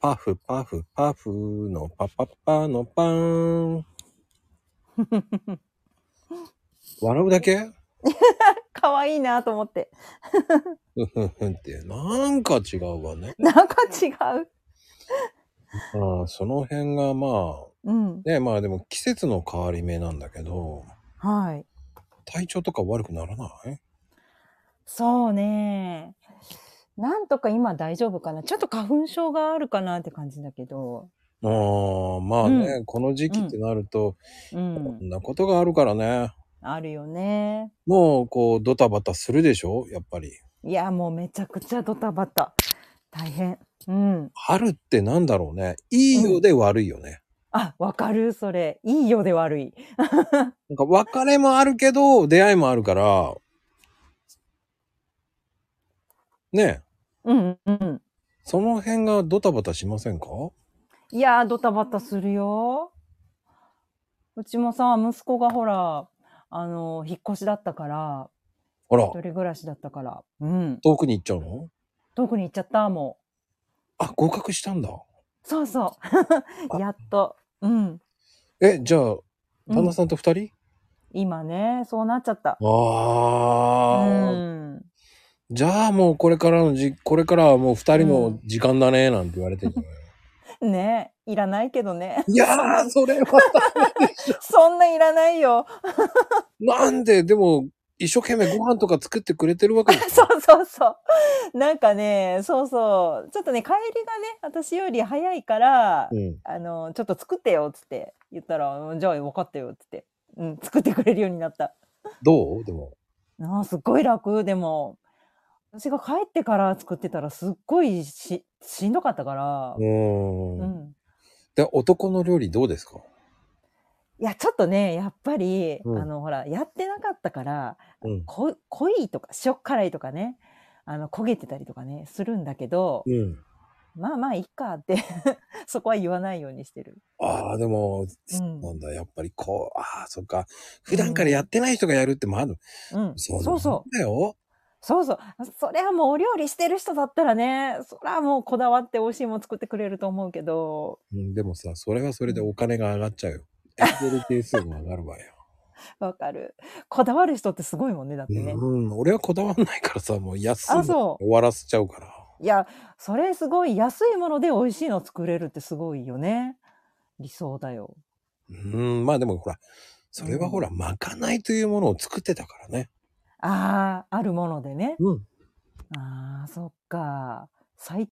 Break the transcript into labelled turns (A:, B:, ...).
A: パフパフパフのパパパのパーン。笑うだけ
B: 可愛いなと思って。
A: ふふふんって、なんか違うわね。
B: なんか違う。
A: まあ、その辺がまあ、
B: うん。
A: ねまあでも季節の変わり目なんだけど、
B: はい。
A: 体調とか悪くならない
B: そうね。なんとか今大丈夫かな。ちょっと花粉症があるかなって感じだけど。
A: ああ、まあね、この時期ってなると、
B: うん
A: こ。んなことがあるからね。
B: あるよね。
A: もう、こう、ドタバタするでしょやっぱり。
B: いや、もうめちゃくちゃドタバタ。大変。うん。
A: 春ってなんだろうね。いいようで悪いよね。
B: あ、わかる、それ。いいよで悪い。
A: なんか別れもあるけど、出会いもあるから、ねえ、
B: うんうん。
A: その辺がドタバタしませんか
B: いやー、ドタバタするよ。うちもさ、息子がほら、あの、引っ越しだったから、
A: あら
B: 一、人暮らしだったから。うん。
A: 遠くに行っちゃうの
B: 遠くに行っちゃった、もう。
A: あ、合格したんだ。
B: そうそ
A: あ
B: う。 やっと。うん。
A: え、じゃあ、旦那
B: うん
A: さんと二人、
B: 今ね、そうなっちゃった。う
A: ああ、
B: ん。
A: じゃあもうこれからのじ、これからはもう二人の時間だね、なんて言われてんじゃない、
B: ねいらないけどね。
A: いやー、それは、
B: そんないらないよ。
A: なんで、でも、一生懸命ご飯とか作ってくれてるわけです
B: そ
A: よ
B: うそうそう。なんかね、そうそう。ちょっとね、帰りがね、私より早いから、
A: うん。
B: あの、ちょっと作ってよ、つって言ったら、うんじゃあ分かったよ、つって。うん、作ってくれるようになった。
A: どうでも。
B: ああ、すっごい楽、でも。私が帰ってから作ってたらすっごいし、しんどかったから
A: う。
B: う
A: ーん。
B: ん。
A: で、男の料理どうですか
B: いや、ちょっとね、やっぱり、
A: うん
B: あの、ほら、やってなかったから、
A: うん。
B: こ濃いとか、塩辛いとかね、あの、焦げてたりとかね、するんだけど、
A: うん。
B: まあまあ、いっかって、 そこは言わないようにしてる。
A: ああ、でも、
B: うん
A: なんだ、やっぱりこう、ああ、そっか。普段からやってない人がやるって、まだ、
B: うん。
A: そう
B: そうそ
A: だよ。
B: う。そうそう。そりゃもう、お料理してる人だったらね、そりゃもう、こだわって美味しいもの作ってくれると思うけど、
A: うん、でもさ、それはそれでお金が上がっちゃう よ。エンゼル係数も上がるわよ。
B: わかる。こだわる人ってすごいもんね、だってね。
A: うん、俺はこだわんないからさ、もう安い
B: あ、
A: の
B: そう。
A: 終わらせちゃうから。
B: いや、それすごい、安いもので美味しいの作れるってすごいよね。理想だよ。
A: うん、まあでもほら、それはほら、まかないというものを作ってたからね。
B: ああ、あるものでね。
A: うん。
B: ああ、そっか。最